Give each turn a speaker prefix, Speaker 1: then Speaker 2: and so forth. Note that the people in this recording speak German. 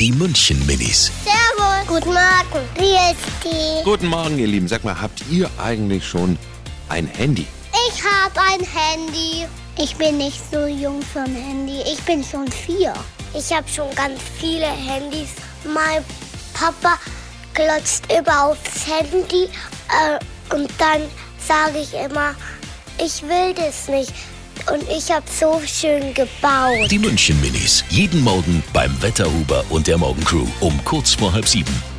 Speaker 1: Die München Minis.
Speaker 2: Servus. Guten Morgen. Wie ist die?
Speaker 3: Guten Morgen, ihr Lieben. Sag mal, habt ihr eigentlich schon ein Handy?
Speaker 2: Ich habe ein Handy. Ich bin nicht so jung für ein Handy. Ich bin schon vier. Ich habe schon ganz viele Handys. Mein Papa glotzt immer aufs Handy äh, und dann sage ich immer, ich will das nicht. Und ich habe so schön gebaut.
Speaker 1: Die München Minis. Jeden Morgen beim Wetterhuber und der Morgencrew um kurz vor halb sieben.